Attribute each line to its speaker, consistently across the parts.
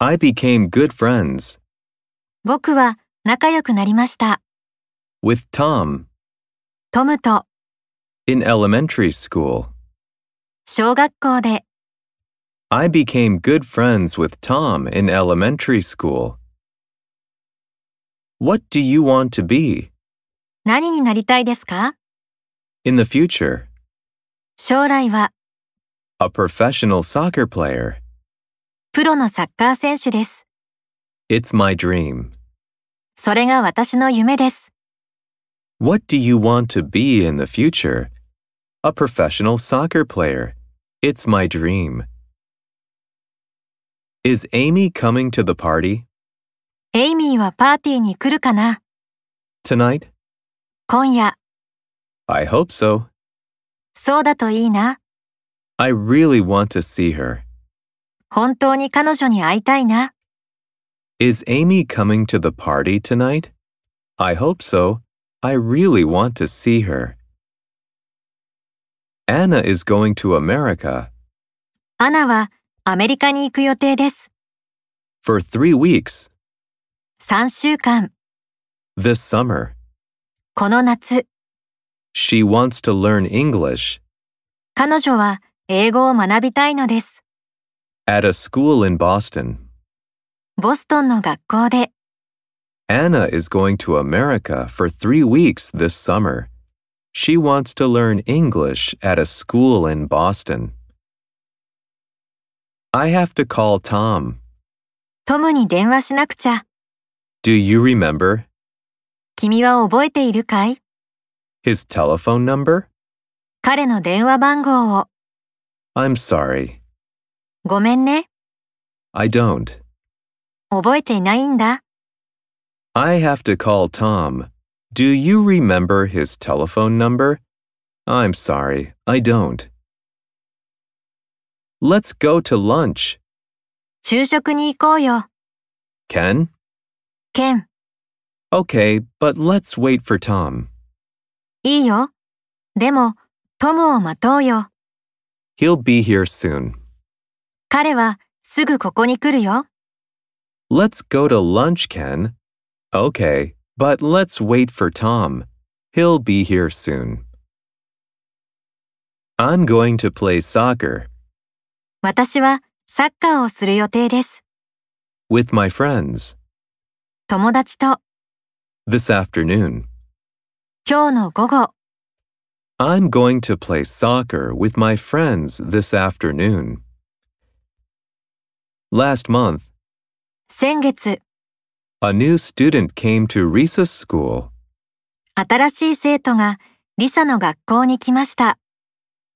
Speaker 1: I became good friends
Speaker 2: 僕は仲良くなりました。
Speaker 1: with Tom
Speaker 2: トムと
Speaker 1: in elementary school.
Speaker 2: 小学校で
Speaker 1: I became good friends with Tom in elementary school. What do you want to be
Speaker 2: 何になりたいですか
Speaker 1: in the future?
Speaker 2: 将来は
Speaker 1: A professional soccer player.
Speaker 2: プロのサッカー選手です。
Speaker 1: It's my dream.
Speaker 2: それが私の夢です。
Speaker 1: What do you want to be in the future? A professional soccer player. It's my dream. Is Amy coming to the party
Speaker 2: エイミーはパーティーに来るかな
Speaker 1: tonight?
Speaker 2: 今夜、
Speaker 1: I hope so.
Speaker 2: そうだといいな。
Speaker 1: I really want to see her.
Speaker 2: 本当に彼女に会いたいな。
Speaker 1: Is Amy coming to the party tonight? I hope so. I really want to see her. Anna is going to America
Speaker 2: アナはアメリカに行く予定です。
Speaker 1: for three weeks
Speaker 2: 3週間、
Speaker 1: this summer.
Speaker 2: この夏、
Speaker 1: She wants to learn English
Speaker 2: 彼女は英語を学びたいのです。
Speaker 1: at a school in Boston.
Speaker 2: ボストンの学校で
Speaker 1: Anna is going to America for three weeks this summer. She wants to learn English at a school in Boston. I have to call Tom.
Speaker 2: トムに電話しなくちゃ。
Speaker 1: Do you remember
Speaker 2: 君は覚えているかい
Speaker 1: his telephone number?
Speaker 2: 彼の電話番号を。
Speaker 1: I'm sorry,
Speaker 2: ごめんね。
Speaker 1: I don't.
Speaker 2: 覚えていないんだ。
Speaker 1: I have to call Tom. Do you remember his telephone number? I'm sorry, I don't. Let's go to lunch,
Speaker 2: 昼食に行こうよ。
Speaker 1: Ken.
Speaker 2: ケン、
Speaker 1: Okay, but let's wait for Tom.
Speaker 2: いいよ。でも、トムを待とうよ。
Speaker 1: He'll be here soon.
Speaker 2: 彼はすぐここに来るよ。
Speaker 1: Let's go to lunch, Ken. Okay, but let's wait for Tom. He'll be here soon. I'm going to play soccer
Speaker 2: 私はサッカーをする予定です。
Speaker 1: with my friends
Speaker 2: 友達と
Speaker 1: this afternoon.
Speaker 2: 今日の午後、
Speaker 1: I'm going to play soccer with my friends this afternoon. Last month,
Speaker 2: 先月、
Speaker 1: a new student came to Risa's school.
Speaker 2: 新しい生徒がリサの学校に来ました。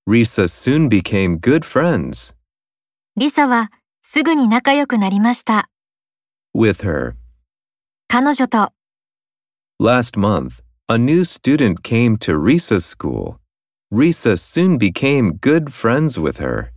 Speaker 1: Risa soon became good friends
Speaker 2: リサはすぐに仲良くなりました。
Speaker 1: with her.
Speaker 2: 彼女と
Speaker 1: Last month, a new student came to Risa's school. Risa soon became good friends with her.